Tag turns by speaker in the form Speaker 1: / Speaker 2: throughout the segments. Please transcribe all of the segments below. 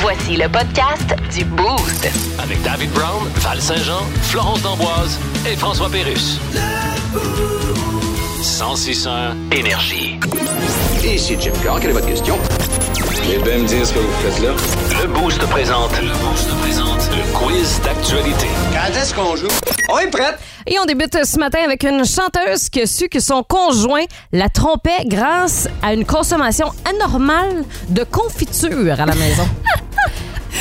Speaker 1: Voici le podcast du Boost.
Speaker 2: Avec David Brown, Val Saint-Jean, Florence D'Amboise et François Pérus. 1061 Énergie.
Speaker 3: Ici Jim Carr, quelle est votre question?
Speaker 4: Eh bien me dire ce que vous faites là.
Speaker 2: Le Boost présente. Le Boost présente. Le quiz d'actualité.
Speaker 3: Quand est-ce qu'on joue? On est prête!
Speaker 5: Et on débute ce matin avec une chanteuse qui a su que son conjoint la trompait grâce à une consommation anormale de confiture à la maison.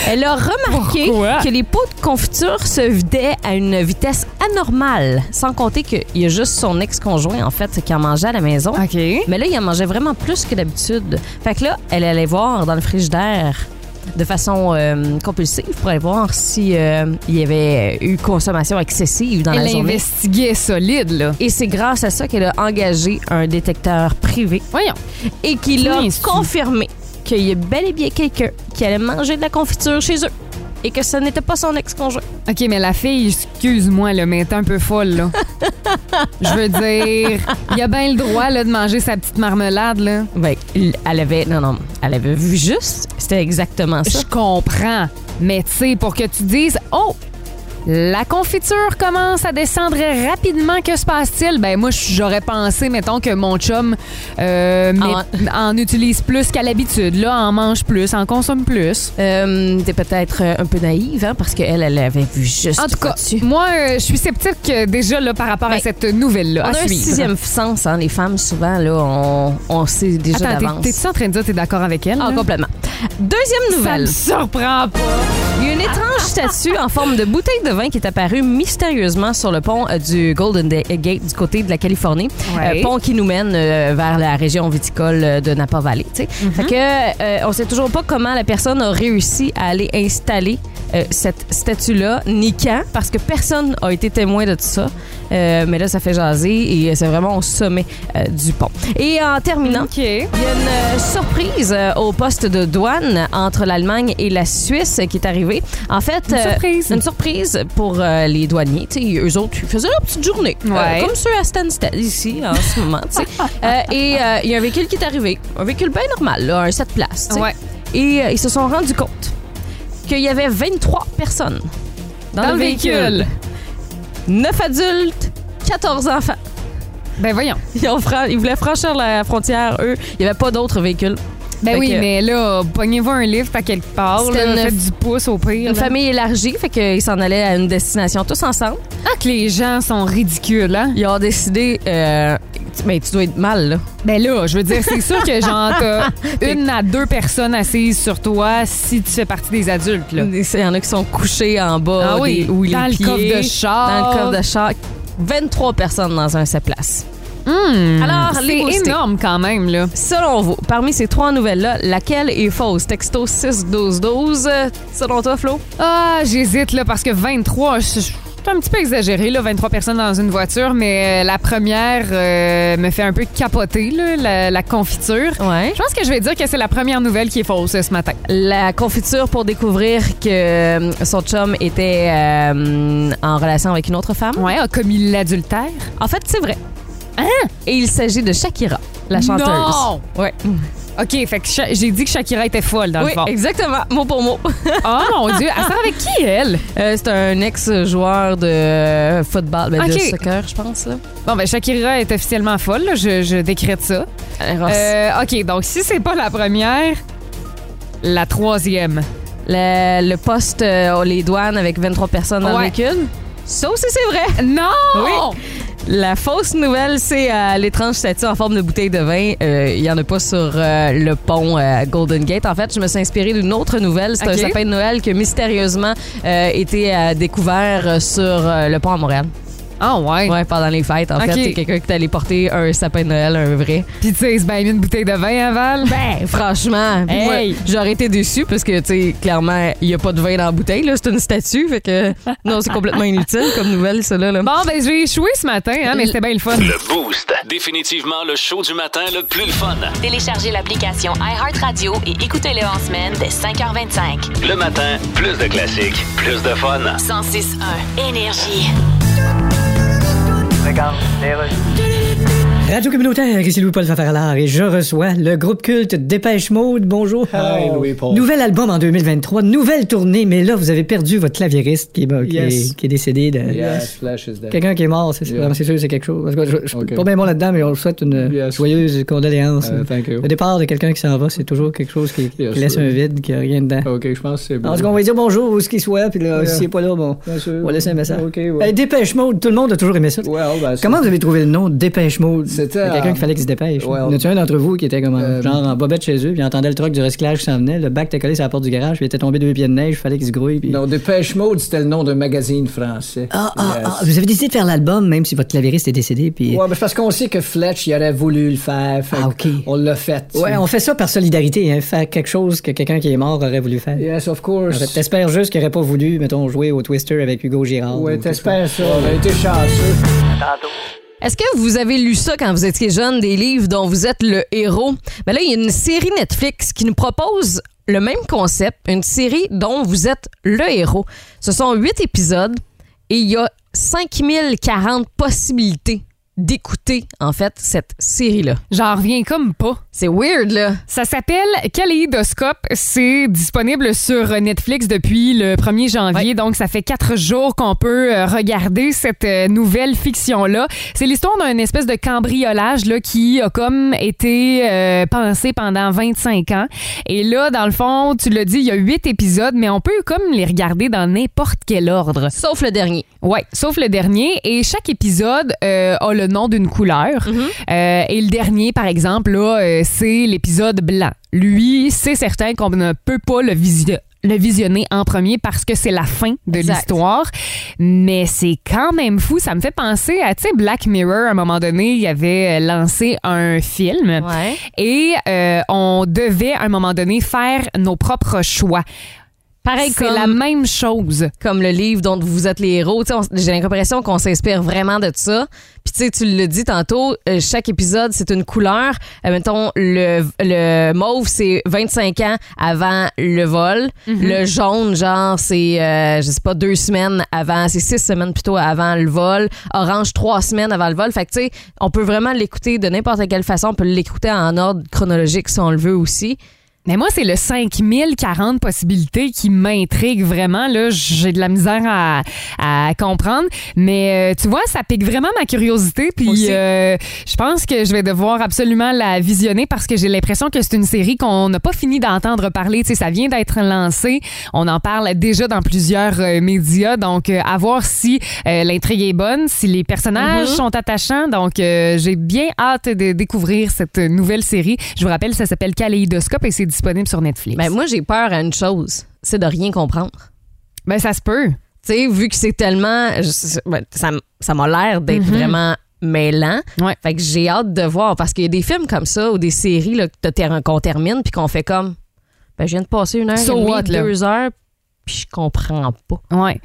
Speaker 5: Elle a remarqué
Speaker 6: Pourquoi?
Speaker 5: que les pots de confiture se vidaient à une vitesse anormale, sans compter qu'il y a juste son ex-conjoint, en fait, qui en mangeait à la maison.
Speaker 6: OK.
Speaker 5: Mais là, il en mangeait vraiment plus que d'habitude. Fait que là, elle allait voir dans le frigidaire de façon euh, compulsive pour aller voir si euh, il y avait eu consommation excessive dans
Speaker 6: Elle
Speaker 5: la journée.
Speaker 6: investiguait solide, là.
Speaker 5: Et c'est grâce à ça qu'elle a engagé un détecteur privé
Speaker 6: Voyons.
Speaker 5: et qu'il a
Speaker 6: Oui, c'est-
Speaker 5: confirmé qu'il y a bel et bien quelqu'un qui allait manger de la confiture chez eux et que ce n'était pas son ex-conjoint.
Speaker 6: OK, mais la fille, excuse-moi, là, mais elle est un peu folle, là. Je veux dire, il a bien le droit, là, de manger sa petite marmelade, là.
Speaker 5: Ben, il- elle avait... Non, non, elle avait vu juste. C'était exactement ça.
Speaker 6: Je comprends. Mais tu sais, pour que tu dises, oh, la confiture commence à descendre rapidement, que se passe-t-il? Ben moi, j'aurais pensé, mettons, que mon chum euh, met- en utilise plus qu'à l'habitude, là, en mange plus, en consomme plus.
Speaker 5: Euh, T'es peut-être euh, un peu naïve, hein, parce qu'elle, elle avait vu juste.
Speaker 6: En tout cas,
Speaker 5: là-dessus.
Speaker 6: moi, euh, je suis sceptique euh, déjà là, par rapport à
Speaker 5: Ben,
Speaker 6: cette nouvelle-là.
Speaker 5: on
Speaker 6: À
Speaker 5: a un
Speaker 6: suivre.
Speaker 5: sixième sens, hein, les femmes, souvent, là, on, on sait déjà
Speaker 6: Attends, t'es-
Speaker 5: d'avance.
Speaker 6: t'es-tu en train de dire que t'es d'accord avec elle?
Speaker 5: Ah,
Speaker 6: là?
Speaker 5: complètement. Deuxième
Speaker 6: Ça me
Speaker 5: nouvelle.
Speaker 6: surprend pas.
Speaker 5: Il y a une étrange statue en forme de bouteille de vin qui est apparue mystérieusement sur le pont euh, du Golden Da- Gate du côté de la Californie.
Speaker 6: Ouais.
Speaker 5: Euh, pont qui nous mène euh, vers la région viticole euh, de Napa Valley. tu sais. Fait que euh, on sait toujours pas comment la personne a réussi à aller installer euh, cette statue-là, ni quand, parce que personne a été témoin de tout ça. Euh, mais là, ça fait jaser et c'est vraiment au sommet euh, du pont. Et en terminant,
Speaker 6: OK.
Speaker 5: il y a une euh, surprise euh, au poste de douane entre l'Allemagne et la Suisse qui est arrivée. En fait, euh,
Speaker 6: Une surprise.
Speaker 5: une surprise pour euh, les douaniers. Tu sais, eux autres, ils faisaient leur petite journée, euh,
Speaker 6: Ouais.
Speaker 5: comme ceux à Stansted ici en ce moment. tu sais. Euh, et euh, il y a un véhicule qui est arrivé, un véhicule bien normal, là, un 7 places. tu sais.
Speaker 6: Ouais.
Speaker 5: Et euh, ils se sont rendus compte qu'il y avait 23 personnes dans,
Speaker 6: Dans le véhicule.
Speaker 5: 9 adultes, 14 enfants.
Speaker 6: Ben voyons.
Speaker 5: Ils, ont fra- ils voulaient franchir la frontière, eux. Il n'y avait pas d'autres véhicules.
Speaker 6: Ben
Speaker 5: Fait
Speaker 6: oui,
Speaker 5: que-
Speaker 6: mais là, pognez-vous un lift à quelque part.
Speaker 5: C'était
Speaker 6: Là,
Speaker 5: une-
Speaker 6: Faites du pouce au pire.
Speaker 5: Une
Speaker 6: là.
Speaker 5: famille élargie, fait qu'ils s'en allaient à une destination tous ensemble.
Speaker 6: Ah, que les gens sont ridicules, hein?
Speaker 5: Ils ont décidé, euh, mais tu dois être mal, là.
Speaker 6: Ben là, je veux dire, c'est sûr que genre, t'as une à deux personnes assises sur toi si tu fais partie des adultes, là.
Speaker 5: Il y en a qui sont couchés en bas,
Speaker 6: Ah oui,
Speaker 5: des- où ils
Speaker 6: dans le
Speaker 5: pieds,
Speaker 6: coffre de char. Ah,
Speaker 5: Dans le coffre de char. 23 personnes dans un sept places.
Speaker 6: Hmm.
Speaker 5: Alors, les boostés.
Speaker 6: c'est énorme quand même, là.
Speaker 5: Selon vous, parmi ces trois nouvelles-là, laquelle est fausse? Texto 6-12-12, euh, selon toi, Flo?
Speaker 6: Ah, j'hésite, là, parce que 23, je- je- c'est un petit peu exagéré, là, 23 personnes dans une voiture, mais euh, la première euh, me fait un peu capoter, là, la, la confiture.
Speaker 5: Ouais.
Speaker 6: Je pense que je vais dire que c'est la première nouvelle qui est fausse euh, ce matin.
Speaker 5: La confiture pour découvrir que euh, son chum était euh, en relation avec une autre femme.
Speaker 6: Ouais, a commis l'adultère.
Speaker 5: En fait, c'est vrai. Hein? Et il s'agit de Shakira, la chanteuse.
Speaker 6: Non!
Speaker 5: Ouais.
Speaker 6: OK, fait que Sha- j'ai dit que Shakira était folle, dans
Speaker 5: Oui,
Speaker 6: le fond.
Speaker 5: exactement, mot pour mot.
Speaker 6: Oh mon Dieu, elle sort avec qui, elle?
Speaker 5: Euh, c'est un ex-joueur de euh, football, ben,
Speaker 6: Ok.
Speaker 5: de soccer, je pense. Là.
Speaker 6: Bon, ben Shakira est officiellement folle, là. Je, je décrète ça.
Speaker 5: Euh,
Speaker 6: Euh, OK, donc si c'est pas la première, la troisième.
Speaker 5: le, le poste, euh, les douanes avec 23 personnes dans
Speaker 6: Ouais.
Speaker 5: le véhicule. Ça aussi, c'est vrai.
Speaker 6: Non!
Speaker 5: Oui. Oh! La fausse nouvelle, c'est euh, l'étrange statue en forme de bouteille de vin. Euh, Il y en a pas sur euh, le pont euh, Golden Gate. En fait, je me suis inspirée d'une autre nouvelle. C'est
Speaker 6: Ok.
Speaker 5: un sapin de Noël qui a mystérieusement euh, été euh, découvert euh, sur euh, le pont à Montréal.
Speaker 6: Ah ouais.
Speaker 5: Ouais, pendant les fêtes, en
Speaker 6: Ok.
Speaker 5: fait. C'est quelqu'un qui est allé porter un sapin de Noël, un vrai.
Speaker 6: Puis tu sais, il se bien mis une bouteille de vin hein, avant.
Speaker 5: Ben, franchement,
Speaker 6: Hey!
Speaker 5: moi, j'aurais été déçue parce que, tu sais, clairement, il n'y a pas de vin dans la bouteille. là. C'est une statue. Fait que, non, c'est complètement inutile comme nouvelle, ça, là. là.
Speaker 6: Bon, ben je vais échouer ce matin, hein, mais c'était bien le fun.
Speaker 2: Le Boost. Définitivement le show du matin le plus le fun.
Speaker 1: Téléchargez l'application iHeartRadio et écoutez-le en semaine dès 5h25.
Speaker 2: Le matin, plus de classiques, plus de fun.
Speaker 1: 106.1 Énergie.
Speaker 7: Regarde, les rues.
Speaker 8: Eh
Speaker 7: Radio Communautaire, ici Louis-Paul Fafaralard et je reçois le groupe culte Dépêche Mode. Bonjour.
Speaker 8: Hi, Louis-Paul.
Speaker 7: Nouvel album en 2023, nouvelle tournée, mais là, vous avez perdu votre claviériste qui, est- qui
Speaker 8: Yes.
Speaker 7: est, qui est décédé. De...
Speaker 8: Yes, Flash is dead.
Speaker 7: Quelqu'un qui est mort, c'est
Speaker 8: Yeah.
Speaker 7: non, c'est sûr, c'est quelque chose. En tout cas, je, je suis
Speaker 8: Ok.
Speaker 7: pas bien bon là-dedans, mais on vous souhaite une
Speaker 8: Yes.
Speaker 7: joyeuse condoléance.
Speaker 8: Euh, thank you.
Speaker 7: Le départ de quelqu'un qui s'en va, c'est toujours quelque chose qui, qui
Speaker 8: Yes,
Speaker 7: laisse
Speaker 8: sir.
Speaker 7: un vide, qui a rien dedans.
Speaker 8: OK, je pense que c'est bon.
Speaker 7: En tout cas, on va lui dire bonjour où ce qu'il soit, puis là,
Speaker 8: Yeah.
Speaker 7: s'il n'est pas là, bon,
Speaker 8: Bien sûr.
Speaker 7: on va laisser un message.
Speaker 8: OK, ouais.
Speaker 7: Hey, dépêche mode, tout le monde a toujours aimé ça.
Speaker 8: Well, ben, c'est-
Speaker 7: Comment vous avez trouvé le nom de Dépêche Mode?
Speaker 8: C'était,
Speaker 7: Il y a quelqu'un
Speaker 8: euh,
Speaker 7: qui fallait qu'il se dépêche.
Speaker 8: ouais,
Speaker 7: y en a un d'entre vous qui était comme euh,
Speaker 8: euh,
Speaker 7: genre en bobette chez eux, puis il entendait le truc du recyclage qui s'en venait, le bac était collé sur la porte du garage, puis il était tombé deux pieds de neige, il fallait qu'il se grouille. Puis...
Speaker 8: Non, Dépêche Mode, c'était le nom d'un magazine français.
Speaker 7: Ah, ah,
Speaker 8: Yes.
Speaker 7: ah, vous avez décidé de faire l'album, même si votre clavieriste est décédé, puis...
Speaker 8: Ouais, mais c'est parce qu'on sait que Fletch, il aurait voulu le faire. fait
Speaker 7: Ah, OK.
Speaker 8: On l'a fait. tu
Speaker 7: Ouais,
Speaker 8: sais.
Speaker 7: on fait ça par solidarité, hein, faire quelque chose que quelqu'un qui est mort aurait voulu faire.
Speaker 8: Yes, of course.
Speaker 7: Alors, T'espères juste qu'il n'aurait pas voulu, mettons, jouer au Twister avec Hugo Girard.
Speaker 8: Ouais,
Speaker 7: ou quelque
Speaker 8: t'espères ça. On a été chanceux.
Speaker 5: Est-ce que vous avez lu ça quand vous étiez jeune, des livres dont vous êtes le héros? Mais là, il y a une série Netflix qui nous propose le même concept, une série dont vous êtes le héros. Ce sont huit épisodes et il y a 5040 possibilités d'écouter, en fait, cette série-là.
Speaker 6: J'en reviens comme pas.
Speaker 5: C'est weird, là.
Speaker 6: Ça s'appelle Kaléidoscope. C'est disponible sur Netflix depuis le 1er janvier. Donc, ça fait quatre jours qu'on peut euh, regarder cette euh, nouvelle fiction-là. C'est l'histoire d'un espèce de cambriolage là, qui a comme été euh, pensé pendant 25 ans. Et là, dans le fond, tu l'as dit, il y a huit épisodes, mais on peut comme les regarder dans n'importe quel ordre.
Speaker 5: Sauf le dernier.
Speaker 6: Oui, sauf le dernier. Et chaque épisode euh, a le nom d'une couleur.
Speaker 5: Mhm.
Speaker 6: Euh, et le dernier, par exemple, là, euh, c'est l'épisode blanc. Lui, c'est certain qu'on ne peut pas le visionner le visionner en premier parce que c'est la fin de
Speaker 5: Exact.
Speaker 6: l'histoire. Mais c'est quand même fou. Ça me fait penser à, tu sais, Black Mirror, à un moment donné, il avait euh, lancé un film.
Speaker 5: Ouais.
Speaker 6: Et euh, on devait, à un moment donné, faire nos propres choix.
Speaker 5: Pareil
Speaker 6: c'est
Speaker 5: comme-
Speaker 6: la même chose.
Speaker 5: comme le livre dont vous êtes les héros. Tu sais, on- J'ai l'impression qu'on s'inspire vraiment de ça. Puis tu sais, tu le dis tantôt, euh, chaque épisode, c'est une couleur. Euh, mettons, le, le mauve, c'est 25 ans avant le vol. Le jaune, genre, c'est, euh, je sais pas, deux semaines avant, c'est six semaines plutôt avant le vol. Orange, trois semaines avant le vol. Fait que tu sais, on peut vraiment l'écouter de n'importe quelle façon. On peut l'écouter en ordre chronologique si on le veut aussi.
Speaker 6: Mais moi, c'est le 5040 possibilités qui m'intrigue vraiment. Là, j'ai de la misère à, à comprendre. Mais euh, tu vois, ça pique vraiment ma curiosité. Puis
Speaker 5: Aussi.
Speaker 6: euh, je pense que je vais devoir absolument la visionner parce que j'ai l'impression que c'est une série qu'on n'a pas fini d'entendre parler. Tu sais, ça vient d'être lancé. On en parle déjà dans plusieurs euh, médias. Donc, euh, à voir si euh, l'intrigue est bonne, si les personnages
Speaker 5: Mhm.
Speaker 6: sont attachants. Donc, euh, j'ai bien hâte de découvrir cette nouvelle série. Je vous rappelle, ça s'appelle Kaléidoscope et c'est disponible sur Netflix.
Speaker 5: Mais Ben, moi, j'ai peur à une chose, c'est de rien comprendre.
Speaker 6: Ben, ça se peut.
Speaker 5: tu sais, vu que c'est tellement. je- ben, ça m- ça m'a l'air d'être
Speaker 6: Mm-hmm.
Speaker 5: vraiment mêlant.
Speaker 6: Ouais.
Speaker 5: Fait que j'ai hâte de voir parce qu'il y a des films comme ça ou des séries là, que t'as- ter- qu'on termine puis qu'on fait comme. Ben, je viens de passer une heure,
Speaker 6: So
Speaker 5: et demie,
Speaker 6: what, là?
Speaker 5: deux heures, puis je comprends pas.
Speaker 6: Ouais.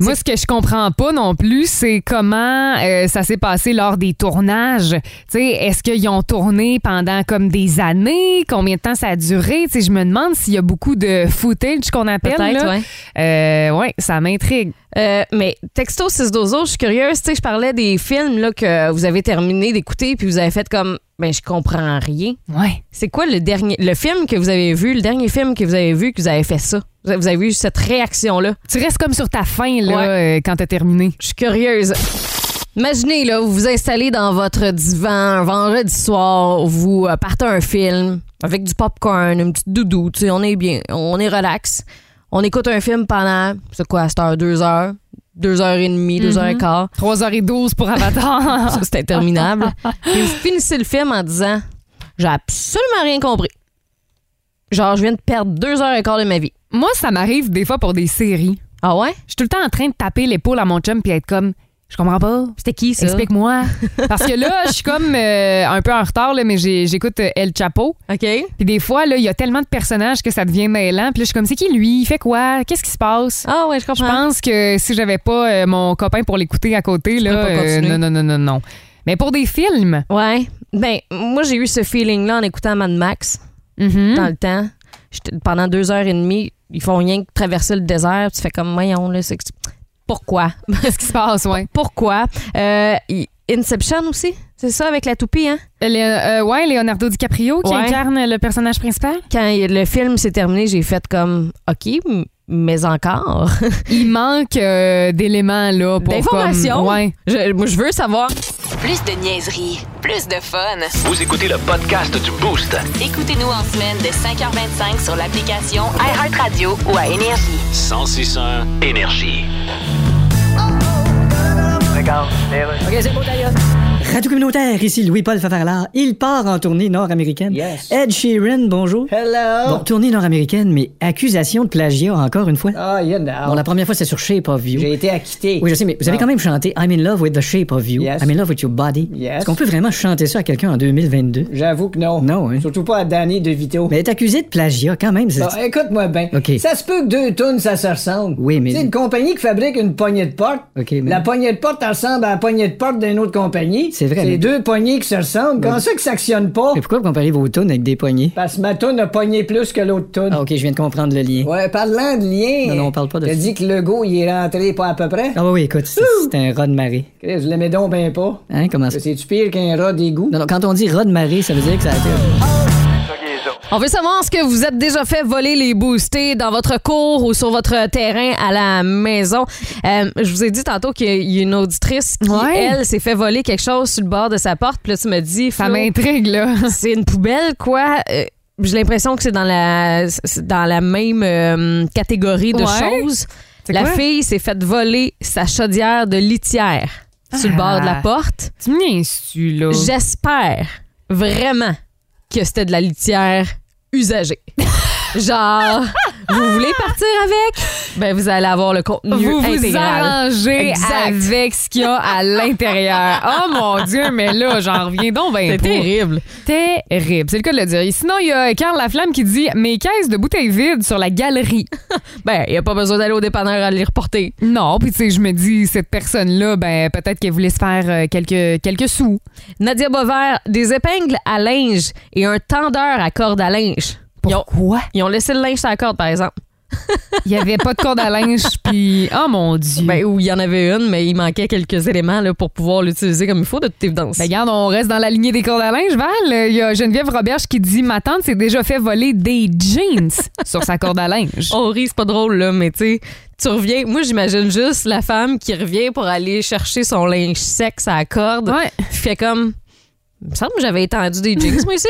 Speaker 6: Moi, ce que je comprends pas non plus, c'est comment euh, ça s'est passé lors des tournages. Tu sais, est-ce qu'ils ont tourné pendant comme des années? Combien de temps ça a duré? Tu sais, je me demande s'il y a beaucoup de footage qu'on appelle.
Speaker 5: Peut-être,
Speaker 6: là.
Speaker 5: ouais.
Speaker 6: Euh, ouais, ça m'intrigue.
Speaker 5: Euh, mais texto 6 dozo, je suis curieuse. Tu sais, je parlais des films là, que vous avez terminé d'écouter puis vous avez fait comme. Ben, je comprends rien.
Speaker 6: Ouais.
Speaker 5: C'est quoi le dernier. Le film que vous avez vu, le dernier film que vous avez vu que vous avez fait ça? Vous avez vous avez eu cette réaction-là?
Speaker 6: Tu restes comme sur ta fin, là, euh, quand t'as terminé.
Speaker 5: Je suis curieuse. Imaginez, là, vous vous installez dans votre divan un vendredi soir, vous euh, partez un film avec du popcorn, une petite doudou, tu sais, on est bien, on est relax. On écoute un film pendant, c'est quoi, cette heure, deux heures, deux heures et demie, deux heures et quart.
Speaker 6: 3h12 pour Avatar.
Speaker 5: Ça, c'est interminable. Et vous finissez le film en disant J'ai absolument rien compris. Genre, je viens de perdre deux heures et quart de ma vie.
Speaker 6: Moi, ça m'arrive des fois pour des séries.
Speaker 5: Ah ouais?
Speaker 6: Je suis tout le temps en train de taper l'épaule à mon chum puis être comme, je comprends pas.
Speaker 5: C'était qui ça?
Speaker 6: Explique-moi. Parce que là, je suis comme euh, un peu en retard, là, mais j'ai- j'écoute euh, El Chapo.
Speaker 5: OK.
Speaker 6: Puis des fois, là, il y a tellement de personnages que ça devient mêlant. Puis là, je suis comme, c'est qui lui? Il fait quoi? Qu'est-ce qui se passe?
Speaker 5: Ah ouais, je
Speaker 6: Je
Speaker 5: comprends.
Speaker 6: pense que si j'avais pas euh, mon copain pour l'écouter à côté, là,
Speaker 5: pourrais pas
Speaker 6: euh,
Speaker 5: continuer.
Speaker 6: non, non, non, non, non. Mais pour des films,
Speaker 5: Ouais. Ben, moi, j'ai eu ce feeling-là en écoutant Mad Max
Speaker 6: mhm.
Speaker 5: dans le temps. J'étais- Pendant deux heures et demie, ils font rien que traverser le désert. Tu fais comme, voyons, là, c'est que- Pourquoi?
Speaker 6: qu'est-ce qui se passe, ouais?
Speaker 5: Pourquoi? Euh, y- Inception aussi? C'est ça, avec la toupie, hein?
Speaker 6: Lé- euh, ouais, Leonardo DiCaprio qui
Speaker 5: Ouais.
Speaker 6: incarne le personnage principal.
Speaker 5: Quand le film s'est terminé, j'ai fait comme, OK, m- mais encore.
Speaker 6: Il manque euh, d'éléments là pour
Speaker 5: D'informations.
Speaker 6: comme- ouais.
Speaker 5: Je, moi, je veux savoir.
Speaker 1: Plus de niaiserie, plus de fun.
Speaker 2: Vous écoutez le podcast du Boost.
Speaker 1: Écoutez-nous en semaine de 5h25 sur l'application iHeartRadio ou à Énergie.
Speaker 2: 1061 Énergie.
Speaker 7: Radio communautaire, ici Louis-Paul Favarlard. Il part en tournée nord-américaine.
Speaker 8: Yes.
Speaker 7: Ed Sheeran, bonjour.
Speaker 8: Hello!
Speaker 7: Bon, tournée nord-américaine, mais accusation de plagiat encore une fois.
Speaker 8: Ah, you know.
Speaker 7: Bon, la première fois, c'est sur Shape of You.
Speaker 8: J'ai été acquitté.
Speaker 7: Oui, je sais, mais vous avez
Speaker 8: Bon.
Speaker 7: quand même chanté I'm in love with the shape of you.
Speaker 8: Yes.
Speaker 7: I'm in love with your body.
Speaker 8: Yes.
Speaker 7: Est-ce qu'on peut vraiment chanter ça à quelqu'un en 2022?
Speaker 8: J'avoue que non.
Speaker 7: Non, hein.
Speaker 8: Surtout pas à Danny DeVito.
Speaker 7: Mais être accusé de plagiat, quand même, c'est...
Speaker 8: Bon, écoute-moi bien.
Speaker 7: OK.
Speaker 8: Ça se peut que deux tonnes, ça se ressemble.
Speaker 7: Oui, mais-
Speaker 8: C'est une compagnie qui fabrique une poignée de porte.
Speaker 7: OK, mais-
Speaker 8: La poignée de porte, elle ressemble à la poignée de porte d'une autre compagnie.
Speaker 7: C'est vrai,
Speaker 8: C'est
Speaker 7: mais-
Speaker 8: deux poignées qui se ressemblent. Comment ça que ça actionne pas?
Speaker 7: Mais pourquoi vous comparez vos tunes avec des poignées?
Speaker 8: Parce que ma toune a pogné plus que l'autre toune.
Speaker 7: Ah, OK, je viens de comprendre le lien.
Speaker 8: Ouais, parlant de lien.
Speaker 7: Non, non, on parle pas de
Speaker 8: T'as
Speaker 7: ça.
Speaker 8: dit que Legault, il est rentré pas à peu près.
Speaker 7: Ah oui, oui, écoute, c'est c'est un rat de marée.
Speaker 8: Chris, je l'aimais donc ben pas.
Speaker 7: Hein, comment ça?
Speaker 8: C'est-tu pire qu'un rat d'égout?
Speaker 7: Non, non, quand on dit rat de marée, ça veut dire que ça a été...
Speaker 5: On veut savoir ce que vous êtes déjà fait voler les boostés dans votre cours ou sur votre terrain à la maison. Euh, je vous ai dit tantôt qu'il y a une auditrice qui,
Speaker 6: Ouais.
Speaker 5: elle, s'est fait voler quelque chose sur le bord de sa porte. Puis là, tu me dis,
Speaker 6: Ça
Speaker 5: Flo,
Speaker 6: m'intrigue là.
Speaker 5: c'est une poubelle, quoi. Euh, j'ai l'impression que c'est dans la, c'est dans la même euh, catégorie de
Speaker 6: Ouais.
Speaker 5: choses.
Speaker 6: C'est
Speaker 5: La
Speaker 6: quoi?
Speaker 5: fille s'est faite voler sa chaudière de litière sur le bord de la
Speaker 6: Ah.
Speaker 5: porte.
Speaker 6: Tu niaises-tu là
Speaker 5: J'espère vraiment que c'était de la litière usagée. Genre, vous voulez partir avec? Ben, vous allez avoir le contenu
Speaker 6: Vous vous
Speaker 5: intégral.
Speaker 6: arrangez
Speaker 5: Exact.
Speaker 6: avec ce qu'il y a à l'intérieur. Oh mon Dieu, mais là, j'en reviens donc ben
Speaker 5: C'est
Speaker 6: pas.
Speaker 5: terrible.
Speaker 6: Terrible, c'est le cas de le dire. Et Sinon, il y a Carl Laflamme qui dit Mes caisses de bouteilles vides sur la galerie.
Speaker 5: Ben, il n'y a pas besoin d'aller au dépanneur à les reporter.
Speaker 6: Non, puis tu sais, je me dis, cette personne-là, ben peut-être qu'elle voulait se faire euh, quelques, quelques sous.
Speaker 5: Nadia Bovaire, des épingles à linge et un tendeur à corde à linge.
Speaker 6: Pourquoi?
Speaker 5: Ils ont laissé le linge sur la corde, par exemple.
Speaker 6: Il n'y avait pas de corde à linge, puis. Oh mon Dieu.
Speaker 5: Ben, ou il y en avait une, mais il manquait quelques éléments là, pour pouvoir l'utiliser comme il faut, de toute évidence.
Speaker 6: Ben, regarde, on reste dans la lignée des cordes à linge, Val. Euh, Il y a Geneviève Roberge qui dit Ma tante s'est déjà fait voler des jeans sur sa corde à linge.
Speaker 5: on rit, c'est pas drôle, là, mais tu sais, tu reviens. Moi, j'imagine juste la femme qui revient pour aller chercher son linge sec à la corde.
Speaker 6: Ouais.
Speaker 5: Puis fait comme. Il me semble que j'avais étendu des jeans, moi, ici.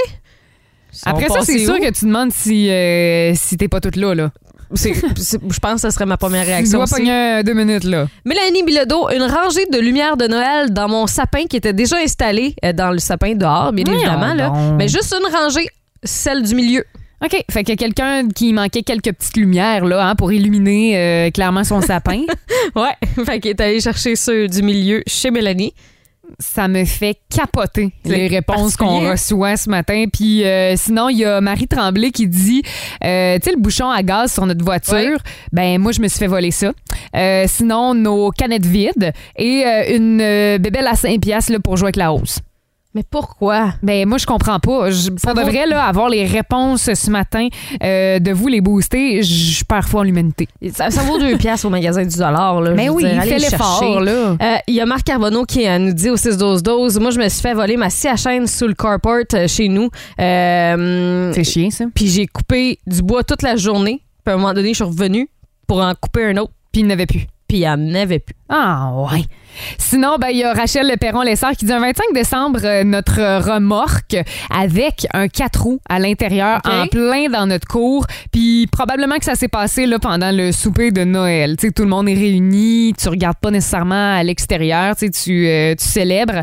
Speaker 5: Ils sont
Speaker 6: Après ça, c'est
Speaker 5: passés
Speaker 6: sûr
Speaker 5: où?
Speaker 6: que tu demandes si, euh, si t'es pas toute là. là.
Speaker 5: C'est- c'est- Je pense que ça serait ma première
Speaker 6: Tu
Speaker 5: réaction.
Speaker 6: dois
Speaker 5: aussi.
Speaker 6: pogner un deux minutes. là.
Speaker 5: Mélanie Bilodeau, une rangée de lumières de Noël dans mon sapin qui était déjà installé euh, dans le sapin dehors, bien
Speaker 6: Voyons
Speaker 5: évidemment. Là.
Speaker 6: donc.
Speaker 5: Mais juste une rangée, celle du milieu.
Speaker 6: OK. Fait que quelqu'un qui manquait quelques petites lumières là, hein, pour illuminer euh, clairement son sapin,
Speaker 5: Ouais, fait qu'il est allé chercher ceux du milieu chez Mélanie.
Speaker 6: ça me fait capoter les
Speaker 5: C'est
Speaker 6: réponses qu'on
Speaker 5: particulier.
Speaker 6: reçoit ce matin. Puis euh, sinon, il y a Marie Tremblay qui dit euh, Tu sais, le bouchon à gaz sur notre voiture,
Speaker 5: Ouais.
Speaker 6: ben moi, je me suis fait voler ça. Euh, sinon, nos canettes vides et euh, une euh, bébelle à 5 piastres là, pour jouer avec la hausse.
Speaker 5: Mais pourquoi?
Speaker 6: Ben moi je comprends pas. Je, pour de
Speaker 5: vaut-
Speaker 6: vrai là, avoir les réponses ce matin euh, de vous les booster, je perds foi en l'humanité.
Speaker 5: Ça, ça vaut deux piastres au magasin du dollar. Là,
Speaker 6: Mais
Speaker 5: je veux
Speaker 6: Ben oui,
Speaker 5: dire,
Speaker 6: il
Speaker 5: allez
Speaker 6: fait
Speaker 5: le
Speaker 6: l'effort
Speaker 5: chercher.
Speaker 6: là.
Speaker 5: Euh, Il y a Marc Carbonneau qui euh, nous dit au 6-12-12, moi je me suis fait voler ma scie à chaîne sous le carport euh, chez nous. Euh,
Speaker 6: C'est chiant ça.
Speaker 5: puis j'ai coupé du bois toute la journée. Puis à un moment donné, je suis revenue pour en couper un autre.
Speaker 6: Puis il n'avait plus.
Speaker 5: Puis elle n'avait plus.
Speaker 6: Ah ouais. Sinon, ben il y a Rachel perron lessard qui dit un 25 décembre euh, notre euh, remorque avec un 4 roues à l'intérieur
Speaker 5: Ok.
Speaker 6: en plein dans notre cour, puis probablement que ça s'est passé là pendant le souper de Noël. Tu sais tout le monde est réuni, tu regardes pas nécessairement à l'extérieur, tu sais, tu euh, tu célèbres.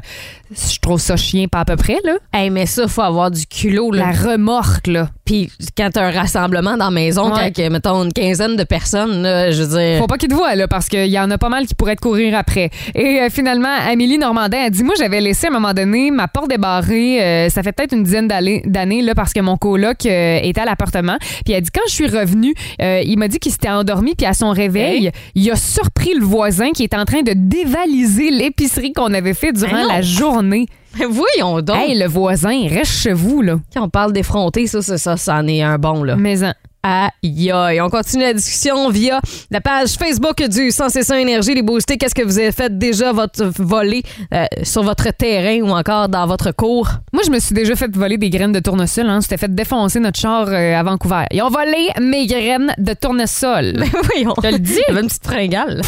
Speaker 6: Je trouve ça chien pas à peu près là.
Speaker 5: Hey, mais ça, faut avoir du culot.
Speaker 6: La
Speaker 5: Là.
Speaker 6: remorque là.
Speaker 5: Puis quand t'as un rassemblement dans la maison,
Speaker 6: Ouais.
Speaker 5: quand, que, mettons, une quinzaine de personnes, là, je veux dire.
Speaker 6: Faut pas qu'il te voie, là, parce qu'il y en a pas mal qui pourraient te courir après. Et euh, finalement, Amélie Normandin a dit Moi, j'avais laissé à un moment donné ma porte débarrée. euh, ça fait peut-être une dizaine d'allées- d'années, là, parce que mon coloc euh, était à l'appartement. Puis elle dit Quand je suis revenue, euh, il m'a dit qu'il s'était endormi. Puis à son
Speaker 5: Hein?
Speaker 6: réveil, il a surpris le voisin qui était en train de dévaliser l'épicerie qu'on avait fait durant
Speaker 5: non.
Speaker 6: la journée.
Speaker 5: Voyons donc.
Speaker 6: Hey, le voisin, reste chez vous, là.
Speaker 5: Quand on parle d'effronter, ça, ça, ça, ça en est un bon, là.
Speaker 6: Mais en-
Speaker 5: Aïe, aïe. On continue la discussion via la page Facebook du Sens et Saint Énergie, les boostés. Qu'est-ce que vous avez fait déjà, votre volée euh, sur votre terrain ou encore dans votre cours?
Speaker 6: Moi, je me suis déjà fait voler des graines de tournesol. Hein. C'était fait défoncer notre char euh, à Vancouver. Ils ont volé mes graines de tournesol.
Speaker 5: Voyons.
Speaker 6: Je le dis.
Speaker 5: J'avais une petite fringale.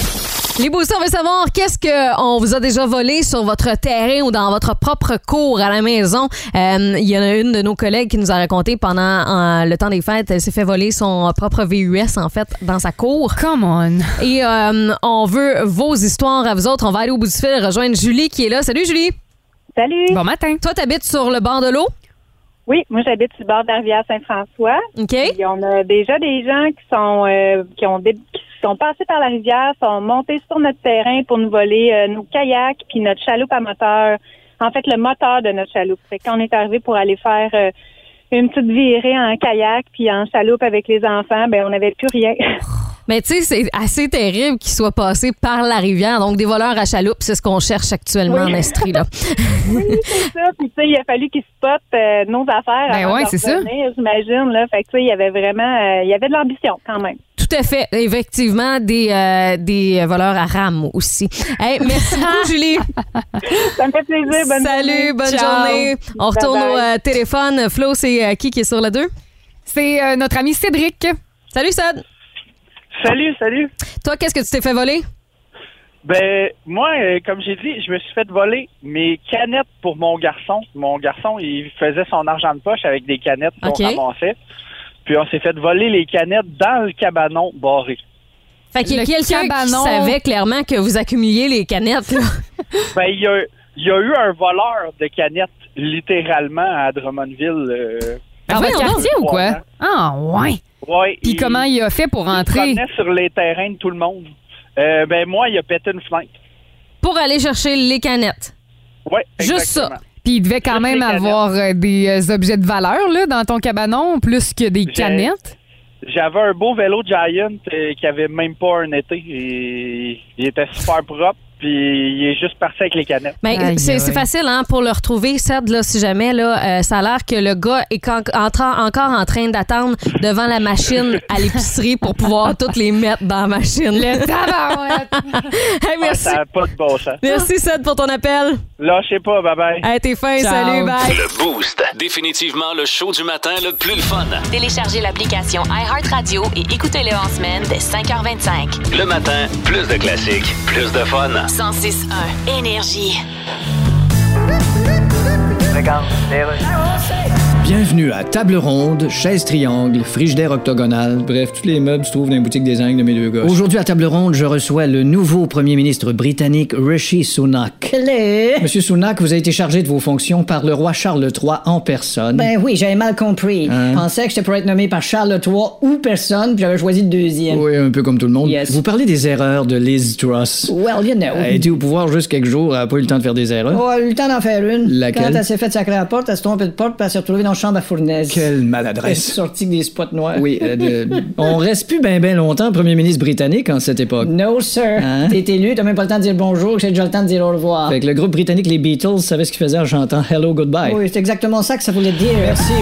Speaker 5: Les boostés, on veut savoir qu'est-ce qu'on vous a déjà volé sur votre terrain ou dans votre propre cours à la maison. Euh, Il y en a une de nos collègues qui nous a raconté pendant euh, le temps des fêtes, elle s'est fait voler son propre VUS, en fait, dans sa cour.
Speaker 6: Come on.
Speaker 5: Et euh, on veut vos histoires à vous autres. On va aller au bout du fil rejoindre Julie qui est là. Salut Julie.
Speaker 9: Salut.
Speaker 6: Bon matin.
Speaker 5: Toi, t'habites sur le bord de l'eau,
Speaker 9: Oui, moi j'habite sur le bord de la rivière Saint-François.
Speaker 5: OK?
Speaker 9: Et on a déjà des gens qui sont euh, qui ont dé- qui sont passés par la rivière, sont montés sur notre terrain pour nous voler euh, nos kayaks puis notre chaloupe à moteur. En fait, le moteur de notre chaloupe. Fait qu'on est arrivé pour aller faire euh, une petite virée en kayak puis en chaloupe avec les enfants, ben on n'avait plus rien.
Speaker 5: Mais tu sais, c'est assez terrible qu'il soit passé par la rivière. Donc, des voleurs à chaloupe, c'est ce qu'on cherche actuellement
Speaker 9: Oui.
Speaker 5: en Estrie. Là.
Speaker 9: C'est ça. Puis tu sais, il a fallu qu'ils spotent euh, nos affaires.
Speaker 6: Ben
Speaker 9: avant
Speaker 6: ouais,
Speaker 9: de
Speaker 6: c'est ça.
Speaker 9: revenir, J'imagine là. Fait que tu sais, il y avait vraiment, euh, il y avait de l'ambition quand même.
Speaker 5: Tout à fait. Effectivement, des, euh, des voleurs à rame aussi. Hey, merci beaucoup, Julie.
Speaker 9: Ça me fait plaisir. Bonne
Speaker 5: Salut,
Speaker 9: journée.
Speaker 5: bonne
Speaker 9: Ciao.
Speaker 5: journée. On
Speaker 9: Bye
Speaker 5: retourne
Speaker 9: bye.
Speaker 5: au euh, téléphone. Flo, c'est euh, qui qui est sur la 2?
Speaker 6: C'est euh, notre ami Cédric.
Speaker 10: Ah,
Speaker 5: Salut, Sad.
Speaker 10: Salut, salut.
Speaker 5: Toi, qu'est-ce que tu t'es fait voler?
Speaker 10: Ben, moi, euh, comme j'ai dit, je me suis fait voler mes canettes pour mon garçon. Mon garçon, il faisait son argent de poche avec des canettes qu'on
Speaker 5: Ok.
Speaker 10: ramassait. Puis on s'est fait voler les canettes dans le cabanon barré.
Speaker 5: Fait qu'il y a
Speaker 6: Le
Speaker 5: quelqu'un qui
Speaker 6: cabanon.
Speaker 5: savait clairement que vous accumuliez les canettes. là.
Speaker 10: Ben, il y a, il y a eu un voleur de canettes, littéralement, à Drummondville. euh,
Speaker 6: Dans
Speaker 5: Ah,
Speaker 6: votre
Speaker 5: voyons donc.
Speaker 6: quartier ou quoi? Ah, ouais.
Speaker 10: ouais,
Speaker 6: Puis
Speaker 10: il-
Speaker 6: comment il a fait pour
Speaker 10: Il
Speaker 6: entrer?
Speaker 10: se promenait sur les terrains de tout le monde. Euh, ben, moi, il a pété une fenêtre.
Speaker 5: Pour aller chercher les canettes.
Speaker 10: Ouais,
Speaker 5: Juste ça.
Speaker 10: exactement.
Speaker 6: Puis il devait quand
Speaker 10: Juste
Speaker 6: même
Speaker 10: les
Speaker 6: avoir euh, des euh, objets de valeur là, dans ton cabanon, plus que des canettes.
Speaker 10: J'avais un beau vélo Giant euh, qui avait même pas un été. Et il était super propre, puis il est juste parti avec les canettes.
Speaker 5: Mais
Speaker 6: Aïe,
Speaker 5: Ben, c'est
Speaker 6: aïe.
Speaker 5: c'est facile hein, pour le retrouver, Sad, là, si jamais. Là, euh, ça a l'air que le gars est en- en train- encore en train d'attendre devant la machine à l'épicerie pour pouvoir toutes les mettre dans la machine.
Speaker 6: Le tabarouette.
Speaker 5: Hey,
Speaker 10: Ah,
Speaker 5: merci.
Speaker 10: Ça n'a pas de bon sens.
Speaker 5: Merci, Sad, pour ton appel.
Speaker 10: Lâchez pas, bye bye.
Speaker 5: Hey, t'es fin.
Speaker 6: Ciao.
Speaker 5: Salut, bye.
Speaker 2: Le Boost. Définitivement le show du matin le plus le fun.
Speaker 1: Téléchargez l'application iHeartRadio et écoutez-le en semaine dès 5h25.
Speaker 2: Le matin, plus de classiques, plus de fun.
Speaker 1: 106.1 Énergie.
Speaker 11: Bienvenue à Table Ronde, Chaise Triangle, Frigidaire Octogonal.
Speaker 7: Bref, tous les meubles se trouvent dans la boutique des angles de mes deux gars.
Speaker 11: Aujourd'hui à Table Ronde, je reçois le nouveau premier ministre britannique Rishi Sunak.
Speaker 7: Monsieur Sounak, vous avez été chargé de vos fonctions par le roi Charles III en personne.
Speaker 12: Ben oui, j'avais mal compris.
Speaker 7: Hein?
Speaker 12: Je pensais que j'étais pour être nommé par Charles III ou personne, puis j'avais choisi le deuxième.
Speaker 7: oui, un peu comme tout le monde.
Speaker 12: Yes.
Speaker 7: Vous parlez des erreurs de Liz Truss.
Speaker 12: Well, you know.
Speaker 7: Elle a été au pouvoir juste quelques jours, elle n'a pas eu le temps de faire des erreurs.
Speaker 12: Oh, elle a eu le temps d'en faire une.
Speaker 7: Laquelle?
Speaker 12: Quand elle s'est fait sacrer à la porte, elle s'est trompée de porte, puis elle s'est retrouvée dans la chambre à fournaise.
Speaker 7: Quelle
Speaker 12: Elle est
Speaker 7: maladresse.
Speaker 12: sortie avec des spots noirs.
Speaker 7: Oui, euh, de- on reste plus bien ben longtemps premier ministre britannique en cette époque.
Speaker 12: No, sir.
Speaker 7: Hein?
Speaker 12: T'es élu, t'as même pas le temps de dire bonjour, que j'ai déjà le temps de dire au revoir.
Speaker 7: Fait que le groupe britannique Les Beatles savait ce qu'ils faisaient en chantant Hello Goodbye.
Speaker 12: Oui, c'est exactement ça que ça voulait dire. Merci,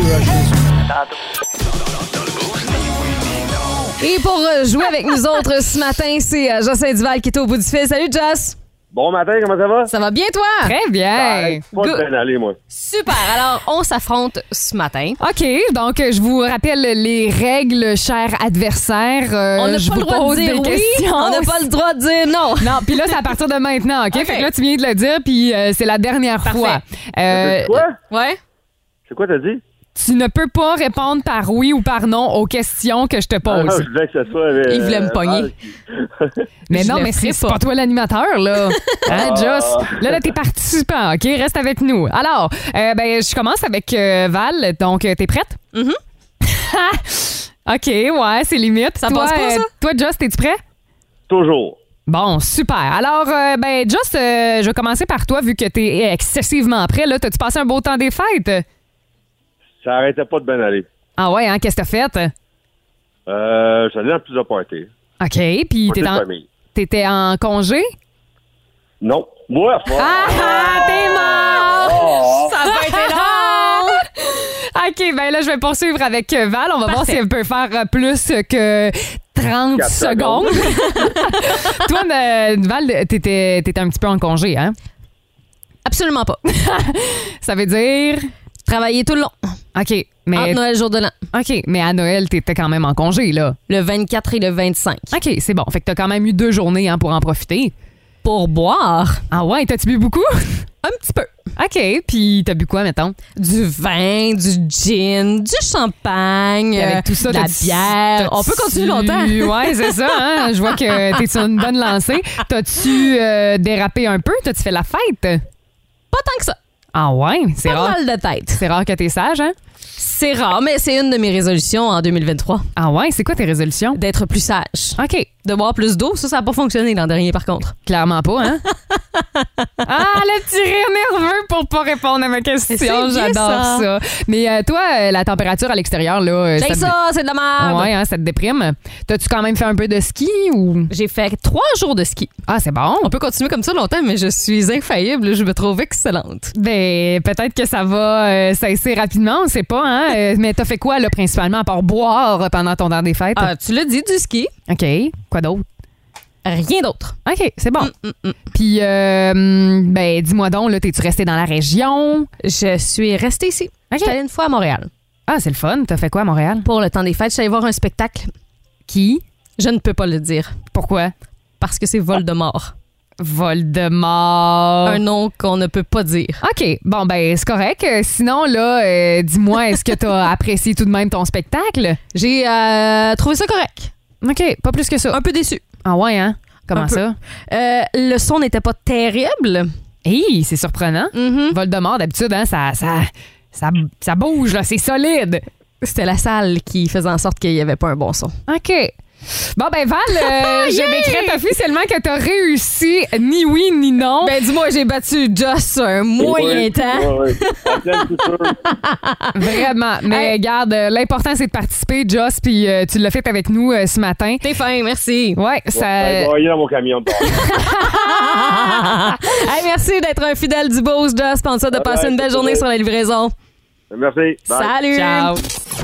Speaker 5: Et pour euh, jouer avec nous autres ce matin, c'est euh, Jocelyn Duval qui est au bout du fil. Salut, Joss.
Speaker 10: Bon matin, comment ça va?
Speaker 5: Ça va bien, toi?
Speaker 6: Très bien.
Speaker 5: Pas de Go- peine
Speaker 10: aller, moi.
Speaker 5: Super. Alors, on s'affronte ce matin.
Speaker 6: OK, donc euh, je vous rappelle les règles, chers adversaires. Euh,
Speaker 5: on n'a
Speaker 6: je
Speaker 5: pas
Speaker 6: vous
Speaker 5: le droit
Speaker 6: pose
Speaker 5: de dire
Speaker 6: des
Speaker 5: oui.
Speaker 6: questions.
Speaker 5: On n'a pas le droit de dire non.
Speaker 6: Non, puis là, c'est à partir de maintenant, OK?
Speaker 5: OK.
Speaker 6: Fait que là, tu viens de le dire, puis euh, c'est la dernière
Speaker 5: Parfait.
Speaker 6: fois. Euh,
Speaker 5: Ouais.
Speaker 10: C'est quoi t'as dit?
Speaker 6: tu ne peux pas répondre par oui ou par non aux questions que je te pose.
Speaker 10: voulais que ce soit.
Speaker 5: Il voulait
Speaker 10: Euh,
Speaker 5: me
Speaker 10: ah,
Speaker 5: pogner.
Speaker 6: mais
Speaker 5: je
Speaker 6: non,
Speaker 5: le
Speaker 6: mais
Speaker 5: ferai
Speaker 6: c'est c'est
Speaker 5: pas. Ah.
Speaker 6: pas toi l'animateur, là. Hein, Joss? Là, là, t'es participant, OK? Reste avec nous. Alors, euh, ben, je commence avec euh, Val. Donc, euh, t'es prête?
Speaker 5: Mm-hmm.
Speaker 6: OK, ouais, c'est limite.
Speaker 5: Ça
Speaker 6: toi, euh,
Speaker 5: passe pas, ça?
Speaker 6: toi, Joss, t'es-tu prêt?
Speaker 10: Toujours.
Speaker 6: Bon, super. Alors, euh, ben, Joss, euh, je vais commencer par toi, vu que t'es excessivement prêt. Là, t'as-tu passé un beau temps des fêtes?
Speaker 10: Ça arrêtait pas de bien aller.
Speaker 6: Ah ouais, hein? Qu'est-ce que t'as fait?
Speaker 10: Euh, J'allais dans plusieurs parties.
Speaker 6: OK, puis t'es en- t'étais en congé?
Speaker 10: Non. Moi, Oh.
Speaker 6: Ah, ah, t'es mort! Ça va être long! OK, ben là, je vais poursuivre avec euh, Val. On va voir si elle peut faire euh, plus que 30
Speaker 10: Quatre
Speaker 6: secondes.
Speaker 10: secondes.
Speaker 6: Toi, euh, Val, t'étais, t'étais un petit peu en congé, hein?
Speaker 5: Absolument pas.
Speaker 6: Ça veut dire...
Speaker 5: Travailler tout le long.
Speaker 6: OK, mais,
Speaker 5: Entre Noël, jour de l'an.
Speaker 6: OK, mais à Noël, t'étais quand même en congé, là.
Speaker 5: Le 24 et le 25.
Speaker 6: OK, c'est bon. Fait que t'as quand même eu deux journées hein, pour en profiter.
Speaker 5: Pour boire,
Speaker 6: Ah ouais, t'as-tu bu beaucoup?
Speaker 5: un petit peu.
Speaker 6: OK, puis t'as bu quoi, mettons?
Speaker 5: Du vin, du gin, du champagne,
Speaker 6: Puis avec tout ça,
Speaker 5: de euh, la
Speaker 6: t'as-tu-
Speaker 5: bière.
Speaker 6: t'as-tu-
Speaker 5: On peut continuer longtemps.
Speaker 6: Ouais, c'est ça. hein? Je vois que t'es sur une bonne lancée. T'as-tu euh, dérapé un peu? T'as-tu fait la fête?
Speaker 5: Pas tant que ça.
Speaker 6: Ah ouais, c'est
Speaker 5: Pas
Speaker 6: rare.
Speaker 5: mal de tête.
Speaker 6: C'est rare que t'es sage, hein?
Speaker 5: C'est rare, mais c'est une de mes résolutions en 2023.
Speaker 6: Ah ouais, c'est quoi tes résolutions?
Speaker 5: D'être plus sage.
Speaker 6: OK,
Speaker 5: De boire plus d'eau, ça, ça n'a pas fonctionné l'an dernier, par contre.
Speaker 6: clairement pas, hein? ah, le petit rire nerveux pour pas répondre à ma question.
Speaker 5: Mais c'est bien
Speaker 6: J'adore ça. Mais euh, toi, euh, la température à l'extérieur, là, euh,
Speaker 5: C'est
Speaker 6: te-
Speaker 5: ça, c'est de la merde.
Speaker 6: Ouais, hein, ça te déprime. T'as-tu quand même fait un peu de ski ou.
Speaker 5: J'ai fait trois jours de ski.
Speaker 6: Ah, c'est bon.
Speaker 5: On peut continuer comme ça longtemps, mais je suis infaillible. Je me trouve excellente.
Speaker 6: Ben, peut-être que ça va euh, cesser rapidement, on sait pas, hein? Euh, mais t'as fait quoi, là, principalement, à part boire pendant ton temps des fêtes?
Speaker 5: Ah, tu l'as dit, du ski,
Speaker 6: OK. Quoi d'autre?
Speaker 5: rien d'autre.
Speaker 6: OK, c'est
Speaker 5: Ah.
Speaker 6: bon.
Speaker 5: Mm.
Speaker 6: Puis, euh, ben, dis-moi donc, là, t'es-tu resté dans la région?
Speaker 5: Je suis restée ici. J'étais allée une fois à Montréal.
Speaker 6: Ah, c'est le fun. T'as fait quoi à Montréal?
Speaker 5: Pour le temps des fêtes, je suis allée voir un spectacle. Qui? Je ne peux pas le dire.
Speaker 6: Pourquoi?
Speaker 5: Parce que c'est Voldemort.
Speaker 6: Voldemort.
Speaker 5: Un nom qu'on ne peut pas dire.
Speaker 6: OK, bon, ben, c'est correct. Euh, Sinon, là, euh, dis-moi, est-ce que t'as apprécié tout de même ton spectacle?
Speaker 5: J'ai euh, trouvé ça correct.
Speaker 6: OK, pas plus que ça.
Speaker 5: Un peu déçu.
Speaker 6: Ah ouais, hein? Comment
Speaker 5: Un peu.
Speaker 6: ça?
Speaker 5: Euh, le son n'était pas terrible.
Speaker 6: Hey, c'est surprenant. Voldemort, d'habitude, hein, ça, ça, ça, ça bouge, là, c'est solide.
Speaker 5: C'était la salle qui faisait en sorte qu'il n'y avait pas un bon son.
Speaker 6: OK. Bon, ben, Val, euh, je décrète officiellement que t'as réussi, ni oui, ni non.
Speaker 5: Ben, dis-moi, j'ai battu Joss un moyen temps.
Speaker 10: Ouais, ouais. En pleine couture.
Speaker 6: Vraiment. Mais regarde, euh, l'important, c'est de participer, Joss, puis euh, tu l'as fait avec nous euh, ce matin.
Speaker 5: T'es fin, merci.
Speaker 6: Ouais, ça.
Speaker 10: Ben, broyer dans mon camion de bord.
Speaker 5: Hey, merci d'être un fidèle du Bose, Joss. Pense
Speaker 10: Ah,
Speaker 5: ça de passer une belle journée sur la livraison.
Speaker 10: ben, Merci. Bye.
Speaker 5: Salut!
Speaker 6: Ciao.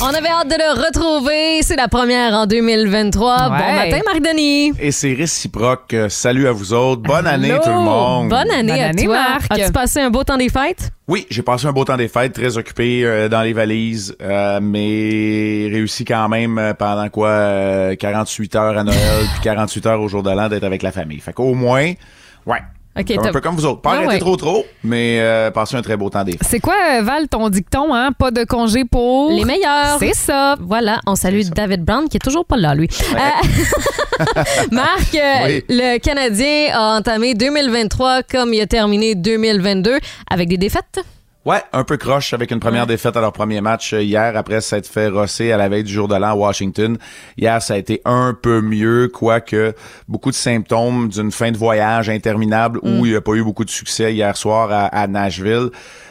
Speaker 5: On avait hâte de le retrouver. C'est la première en 2023. Bon
Speaker 6: Ouais.
Speaker 5: matin, Marc-Denis.
Speaker 13: Et c'est réciproque. Euh, Salut à vous autres. Bonne année, tout le monde.
Speaker 5: Bonne année
Speaker 6: Bonne
Speaker 5: à
Speaker 6: année,
Speaker 5: toi.
Speaker 6: Marc.
Speaker 5: As-tu passé un beau temps des fêtes?
Speaker 13: Oui, j'ai passé un beau temps des fêtes, très occupé euh, dans les valises, euh, mais réussi quand même euh, pendant quoi euh, 48 heures à Noël puis 48 heures au jour de l'an d'être avec la famille. Fait qu'au moins, ouais.
Speaker 5: OK,
Speaker 13: Comme
Speaker 5: t'as-
Speaker 13: un peu comme vous autres. Pas
Speaker 5: Ah
Speaker 13: arrêter
Speaker 5: ouais.
Speaker 13: trop trop, mais euh, passer un très beau temps des fêtes.
Speaker 6: C'est quoi, euh, Val, ton dicton, hein? Pas de congé pour.
Speaker 5: Les meilleurs.
Speaker 6: C'est ça.
Speaker 5: Voilà, on salue David Brown qui est toujours pas là, lui. Euh, Marc, euh,
Speaker 13: Oui.
Speaker 5: le Canadien a entamé 2023 comme il a terminé 2022 avec des défaites.
Speaker 13: Ouais, un peu croche avec une première défaite à leur premier match euh, hier après s'être fait rosser à la veille du jour de l'an à Washington. Hier, ça a été un peu mieux, quoique beaucoup de symptômes d'une fin de voyage interminable où il n'y a pas eu beaucoup de succès hier soir à, à Nashville.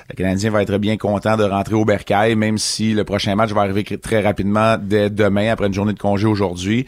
Speaker 13: Le Canadien va être bien content de rentrer au Bercail, même si le prochain match va arriver cr- très rapidement dès demain, après une journée de congé aujourd'hui.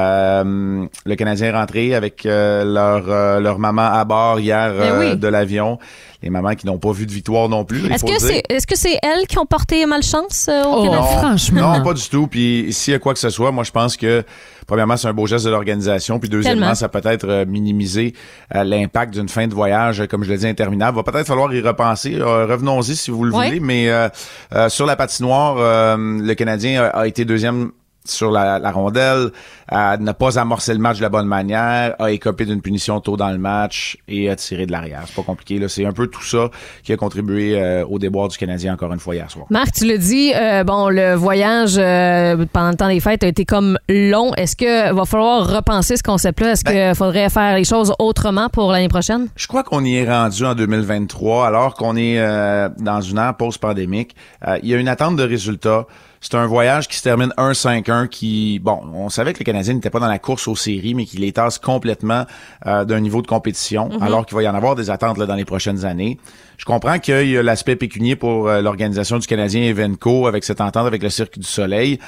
Speaker 13: Euh, le Canadien est rentré avec euh, leur, euh, leur maman à bord hier euh,
Speaker 5: oui.
Speaker 13: de l'avion. Les mamans qui n'ont pas vu de victoire non plus. il
Speaker 5: Est-ce
Speaker 13: faut
Speaker 5: que
Speaker 13: le dire.
Speaker 5: c'est est-ce que c'est elles qui ont porté malchance euh,
Speaker 6: Oh,
Speaker 5: au Canada?
Speaker 6: franchement.
Speaker 13: Non, pas du tout. Puis s'il y a quoi que ce soit, moi je pense que premièrement c'est un beau geste de l'organisation, puis deuxièmement
Speaker 5: Tellement.
Speaker 13: ça peut être euh, minimiser euh, l'impact d'une fin de voyage, euh, comme je l'ai dit interminable. Va peut-être falloir y repenser. Euh, Revenons-y si vous le
Speaker 5: Ouais.
Speaker 13: voulez, mais euh, euh, sur la patinoire, euh, le Canadien a, a été deuxième sur la, la rondelle, à ne pas amorcer le match de la bonne manière, a écopé d'une punition tôt dans le match et a tiré de l'arrière. C'est pas compliqué, là. C'est un peu tout ça qui a contribué euh, au déboire du Canadien encore une fois hier soir.
Speaker 5: Marc, tu le dis, euh, bon, le voyage euh, pendant le temps des fêtes a été comme long. Est-ce que va falloir repenser ce concept-là? Est-ce
Speaker 13: Ben
Speaker 5: qu'il faudrait faire les choses autrement pour l'année prochaine?
Speaker 13: Je crois qu'on y est rendu en 2023, alors qu'on est euh, dans une ère post-pandémique. Euh, il y a une attente de résultats. C'est un voyage qui se termine 1-5-1 qui, bon, on savait que les Canadiens n'étaient pas dans la course aux séries, mais qui les tasse complètement euh, d'un niveau de compétition,
Speaker 5: Mhm.
Speaker 13: alors qu'il va y en avoir des attentes là, dans les prochaines années. Je comprends qu'il y a l'aspect pécunier pour euh, l'organisation du Canadien Evenco avec cette entente avec le Cirque du Soleil.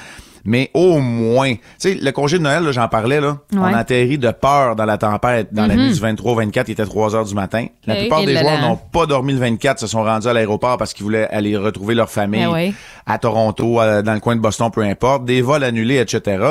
Speaker 13: Mais au moins, tu sais, le congé de Noël, là, j'en parlais, là,
Speaker 6: Ouais.
Speaker 13: on atterrit de peur dans la tempête dans la
Speaker 6: Mhm.
Speaker 13: nuit du 23-24, il était 3 heures du matin. La
Speaker 6: Hey,
Speaker 13: plupart
Speaker 6: il
Speaker 13: des
Speaker 6: l'a
Speaker 13: joueurs
Speaker 6: là.
Speaker 13: n'ont pas dormi le 24, se sont rendus à l'aéroport parce qu'ils voulaient aller retrouver leur famille
Speaker 6: Ben oui.
Speaker 13: à Toronto, à- dans le coin de Boston, peu importe, des vols annulés, etc.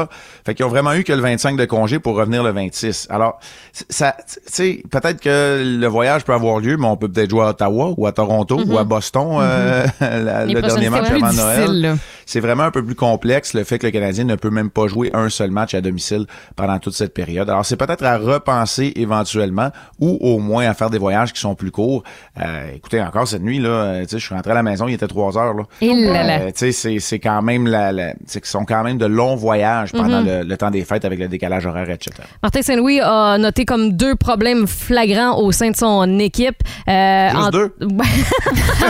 Speaker 13: Fait qu'ils ont vraiment eu que le 25 de congé pour revenir le 26. Alors, c- ça, tu sais, peut-être que le voyage peut avoir lieu, mais on peut peut-être jouer à Ottawa ou à Toronto ou à Boston euh, la-
Speaker 6: Mm-hmm. Les
Speaker 13: le dernier
Speaker 6: prochaines
Speaker 13: match
Speaker 6: fois,
Speaker 13: avant
Speaker 6: plus
Speaker 13: Noël.
Speaker 6: difficile, là.
Speaker 13: C'est vraiment un peu plus complexe le fait que le Canadien ne peut même pas jouer un seul match à domicile pendant toute cette période. Alors c'est peut-être à repenser éventuellement ou au moins à faire des voyages qui sont plus courts. Euh, écoutez, encore cette nuit, là, euh, tu sais, je suis rentré à la maison, il était 3 heures. Là.
Speaker 6: Et là là.
Speaker 13: Euh, tu sais, c'est, c'est quand même la, la- c'est qu'ils sont quand même de longs voyages pendant
Speaker 5: Mhm.
Speaker 6: Mm-hmm.
Speaker 13: le, le temps des fêtes avec le décalage horaire, etc.
Speaker 6: Euh,
Speaker 5: Martin Saint-Louis a noté comme deux problèmes flagrants au sein de son équipe. Euh,
Speaker 13: Juste deux?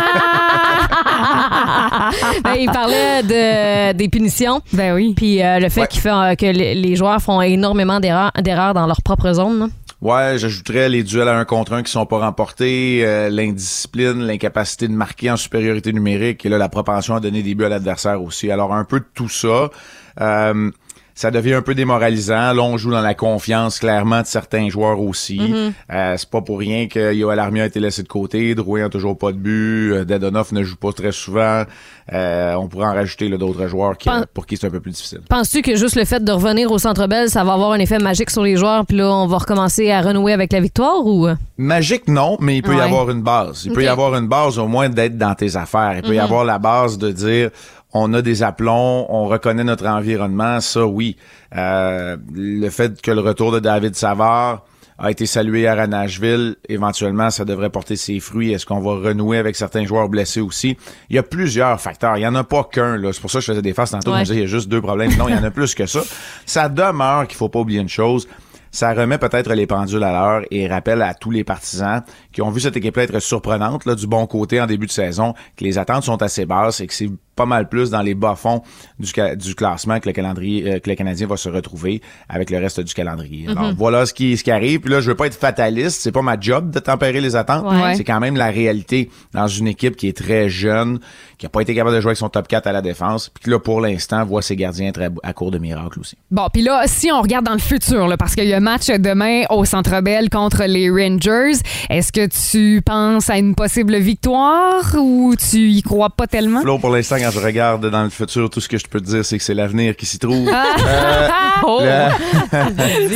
Speaker 5: Ben, il parlait de, des punitions.
Speaker 6: Ben oui.
Speaker 5: Puis euh, le fait
Speaker 13: Ouais.
Speaker 5: qu'il fait, euh, que les les joueurs font énormément d'erreurs d'erreurs dans leur propre zone. hein. là.
Speaker 13: Ouais, j'ajouterais les duels à un contre un qui sont pas remportés, euh, l'indiscipline, l'incapacité de marquer en supériorité numérique et là la propension à donner des buts à l'adversaire aussi. Alors un peu de tout ça. Euh, ça devient un peu démoralisant. Là, on joue dans la confiance, clairement, de certains joueurs aussi. Euh, c'est pas pour rien que Yoel Armia a été laissé de côté. Drouin a toujours pas de but. euh, Dadonoff ne joue pas très souvent. Euh, on pourrait en rajouter là, d'autres joueurs qui,
Speaker 5: Pen-
Speaker 13: pour qui c'est un peu plus difficile.
Speaker 5: Penses-tu que juste le fait de revenir au Centre Bell, ça va avoir un effet magique sur les joueurs, puis là, on va recommencer à renouer avec la victoire ou...
Speaker 13: Magique, non, mais il peut y
Speaker 5: Ouais.
Speaker 13: avoir une base. Il peut y
Speaker 5: Ok. Mhm.
Speaker 13: avoir une base au moins d'être dans tes affaires. Il peut y avoir la base de dire on a des aplomb, on reconnaît notre environnement, ça oui. Euh, le fait que le retour de David Savard a été salué hier à Nashville, éventuellement ça devrait porter ses fruits. Est-ce qu'on va renouer avec certains joueurs blessés aussi? Il y a plusieurs facteurs. Il n'y en a pas qu'un. là. C'est pour ça que je faisais des faces tantôt.
Speaker 5: Ouais.
Speaker 13: Je me disais, il y a juste deux problèmes. Non, il y en a plus que ça. Ça demeure qu'il faut pas oublier une chose. Ça remet peut-être les pendules à l'heure et rappelle à tous les partisans qui ont vu cette équipe-là être surprenante là, du bon côté en début de saison, que les attentes sont assez basses et que c'est pas mal plus dans les bas-fonds du, ca- du classement que le calendrier euh, que le Canadien va se retrouver avec le reste du calendrier.
Speaker 6: Mhm.
Speaker 13: Alors voilà ce qui, ce qui arrive. Puis là, je veux pas être fataliste, c'est pas ma job de tempérer les attentes.
Speaker 6: Ouais.
Speaker 13: C'est quand même la réalité dans une équipe qui est très jeune, qui a pas été capable de jouer avec son top 4 à la défense, puis qui là pour l'instant voit ses gardiens être à- à court de miracles aussi.
Speaker 6: Bon, puis là, si on regarde dans le futur, là, parce qu'il y a match demain au Centre Bell contre les Rangers, est-ce que tu penses à une possible victoire ou tu y crois pas tellement?
Speaker 13: Flo, pour l'instant, quand je regarde dans le futur, tout ce que je peux te dire, c'est que c'est l'avenir qui s'y trouve. Euh,
Speaker 6: Ah! Oh,
Speaker 13: le-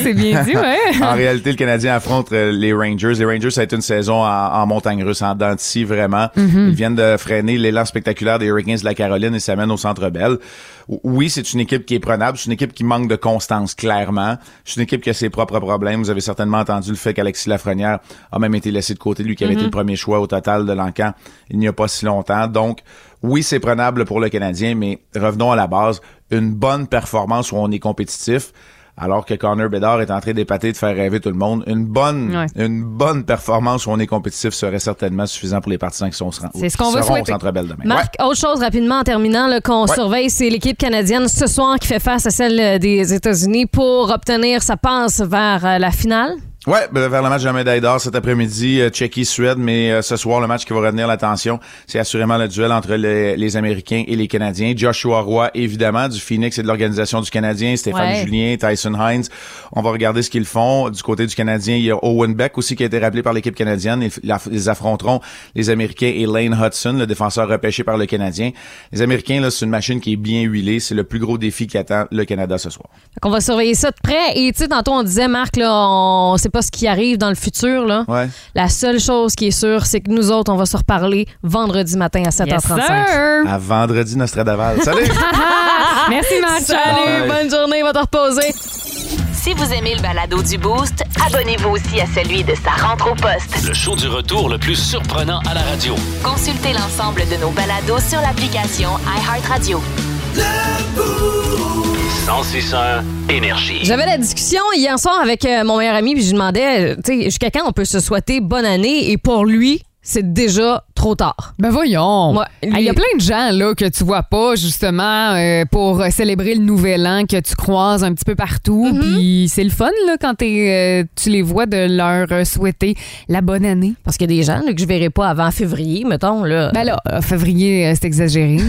Speaker 6: c'est bien dit, ouais.
Speaker 13: en réalité, le Canadien affronte euh, les Rangers. Les Rangers, ça a été une saison en, en montagne russe, en dents de scie, vraiment. Ils viennent de freiner l'élan spectaculaire des Hurricanes de la Caroline et s'amènent au Centre Bell. O- Oui, c'est une équipe qui est prenable. C'est une équipe qui manque de constance, clairement. C'est une équipe qui a ses propres problèmes. Vous avez certainement entendu le fait qu'Alexis Lafrenière a même été laissé de côté, lui qui avait été le premier choix au total de l'encan il n'y a pas si longtemps. Donc, oui, c'est prenable pour le Canadien, mais revenons à la base. Une bonne performance où on est compétitif alors que Connor Bedard est en train d'épater de faire rêver tout le monde. Une bonne,
Speaker 6: Ouais.
Speaker 13: une bonne performance où on est compétitif serait certainement suffisant pour les partisans qui sont
Speaker 6: C'est ce qu'on va
Speaker 13: seront au
Speaker 6: souhaiter.
Speaker 13: Centre Bell demain. Ouais.
Speaker 5: Marc, autre chose rapidement en terminant, là, qu'on
Speaker 13: Ouais.
Speaker 5: surveille, c'est l'équipe canadienne ce soir qui fait face à celle des États-Unis pour obtenir sa passe vers euh, la finale.
Speaker 13: Ouais, ben, vers le match de la médaille d'or cet après-midi, euh, Tchéquie-Suède, mais euh, ce soir, le match qui va retenir l'attention, c'est assurément le duel entre les, les Américains et les Canadiens. Joshua Roy, évidemment, du Phoenix et de l'organisation du Canadien, Stéphane
Speaker 5: Ouais.
Speaker 13: Julien, Tyson Hines. On va regarder ce qu'ils font. Du côté du Canadien, il y a Owen Beck aussi qui a été rappelé par l'équipe canadienne. Ils, la- ils affronteront les Américains et Lane Hudson, le défenseur repêché par le Canadien. Les Américains, là, c'est une machine qui est bien huilée. C'est le plus gros défi qui attend le Canada ce soir.
Speaker 5: On va surveiller ça de près. Et tu sais, tantôt, on disait, Marc, là, on sait pas ce qui arrive dans le futur. Là.
Speaker 13: Ouais.
Speaker 5: La seule chose qui est sûre, c'est que nous autres, on va se reparler vendredi matin à 7h35.
Speaker 6: sir.
Speaker 13: À vendredi, Nostradaval. Salut!
Speaker 6: Merci, Marc.
Speaker 5: Salut, bonne journée, va te reposer.
Speaker 1: Si vous aimez le balado du Boost, abonnez-vous aussi à celui de sa rentre au poste.
Speaker 2: Le show du retour le plus surprenant à la radio.
Speaker 1: Consultez l'ensemble de nos balados sur l'application iHeartRadio.
Speaker 2: 1061 Énergie.
Speaker 5: J'avais la discussion hier soir avec euh, mon meilleur ami, puis je lui demandais, euh, tu sais, jusqu'à quand on peut se souhaiter bonne année, et pour lui, c'est déjà trop tard.
Speaker 6: Ben voyons.
Speaker 5: Ouais,
Speaker 6: Hey, Il
Speaker 5: lui-
Speaker 6: y a plein de gens là que tu vois pas justement euh, pour euh, célébrer le nouvel an que tu croises un petit peu partout.
Speaker 5: Mm-hmm.
Speaker 6: Puis c'est le fun là quand t'es, euh, tu les vois de leur euh, souhaiter la bonne année.
Speaker 5: Parce qu'il y a des gens là, que je verrai pas avant février, mettons. Là.
Speaker 6: Ben là, euh, février, euh, c'est exagéré.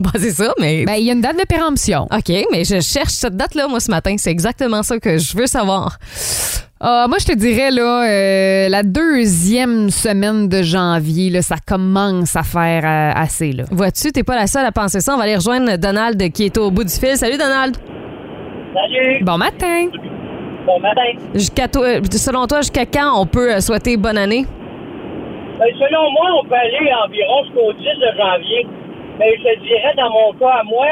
Speaker 5: Bon, c'est ça, mais.
Speaker 6: ben il y a une date de péremption.
Speaker 5: OK, mais je cherche cette date-là, moi, ce matin. C'est exactement ça que je veux savoir.
Speaker 6: Ah, moi, je te dirais, là, euh, la deuxième semaine de janvier, là, ça commence à faire euh, assez. Là.
Speaker 5: Vois-tu, t'es pas la seule à penser ça. On va aller rejoindre Donald qui est au bout du fil. Salut, Donald.
Speaker 14: Salut!
Speaker 6: Bon matin!
Speaker 14: Bon matin!
Speaker 5: Jusqu'à toi- euh, selon toi, jusqu'à quand on peut euh, souhaiter bonne année?
Speaker 14: Ben, selon moi, on peut aller environ jusqu'au 10 de janvier. Mais je te dirais, dans mon cas à moi,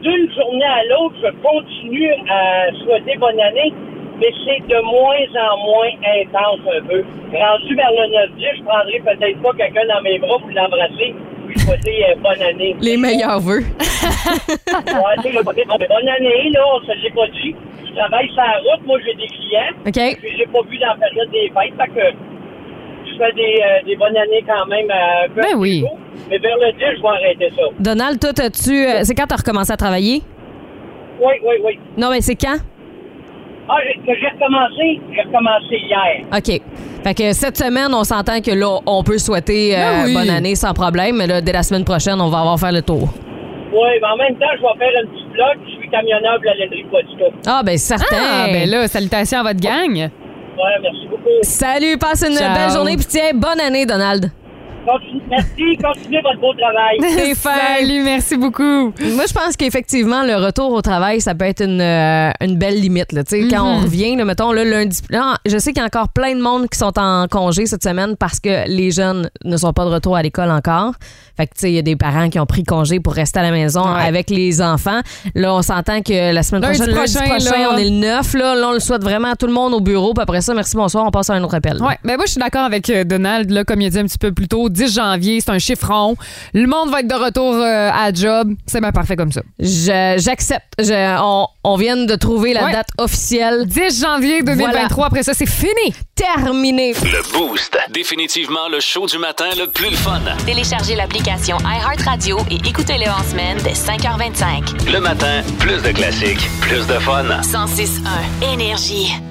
Speaker 14: d'une journée à l'autre, je continue à souhaiter bonne année, mais c'est de moins en moins intense un peu. Rendu vers le 9-10, je prendrai peut-être pas quelqu'un dans mes bras pour l'embrasser, puis souhaiter euh, bonne année.
Speaker 5: Les meilleurs vœux.
Speaker 14: Ouais, tu sais, là, peut-être, bon, ben, bonne année, là, on se l'est pas dit. Je travaille sur la route, moi j'ai des clients.
Speaker 5: OK.
Speaker 6: Ben
Speaker 14: Puis j'ai pas vu dans la période des fêtes, fait que je fais des, euh, des bonnes années quand même. euh, un peu
Speaker 6: Ben oui.
Speaker 14: plus tôt. Mais vers le 10, je vais arrêter ça.
Speaker 5: Donald, toi, t'as-tu. euh, c'est quand t'as recommencé à travailler?
Speaker 14: Oui, oui, oui.
Speaker 5: Non, mais c'est quand?
Speaker 14: Ah, j'ai- que j'ai recommencé, j'ai recommencé hier.
Speaker 5: OK. Fait que cette semaine, on s'entend que là, on peut souhaiter euh,
Speaker 6: Ben oui.
Speaker 5: bonne année sans problème, mais là, dès la semaine prochaine, on va avoir faire le tour.
Speaker 14: Oui, mais en même temps, je vais faire un petit blog. Je suis camionneur de la laiterie Poitou.
Speaker 5: Ah, ben certain.
Speaker 6: Ah, ben là, salutations à votre gang!
Speaker 14: Ouais, merci beaucoup.
Speaker 5: Salut, passe une
Speaker 6: Ciao.
Speaker 5: belle journée, puis tiens, bonne année, Donald.
Speaker 14: Continue- merci, continuez votre beau travail.
Speaker 5: T'es fin.
Speaker 6: Salut, merci beaucoup!
Speaker 5: Moi, je pense qu'effectivement, le retour au travail, ça peut être une, euh, une belle limite. Là. Tu sais, Quand
Speaker 6: Mm-hmm.
Speaker 5: on revient, là, mettons, le lundi. là, je sais qu'il y a encore plein de monde qui sont en congé cette semaine parce que les jeunes ne sont pas de retour à l'école encore. Fait que, tu sais, il y a des parents qui ont pris congé pour rester à la maison avec les enfants. Là, on s'entend que la semaine
Speaker 6: Lundi
Speaker 5: prochaine,
Speaker 6: prochain, là.
Speaker 5: on est le 9. Là, Là, on le souhaite vraiment à tout le monde au bureau. Puis après ça, merci, bonsoir, on passe à un autre appel.
Speaker 6: Ouais, ben moi je suis d'accord avec euh, Donald là, comme il a dit un petit peu plus tôt, 10 janvier, c'est un chiffron. Le monde va être de retour euh, à job, c'est bien parfait comme ça.
Speaker 5: Je- J'accepte. Je- on, on vient de trouver la
Speaker 6: Ouais.
Speaker 5: date officielle.
Speaker 6: 10 janvier 2023, après ça c'est fini.
Speaker 5: Terminée.
Speaker 2: Le Boost. Définitivement le show du matin le plus le fun.
Speaker 1: Téléchargez l'application iHeartRadio et écoutez-le en semaine dès 5h25.
Speaker 2: Le matin, plus de classiques, plus de fun.
Speaker 1: 106.1 Énergie.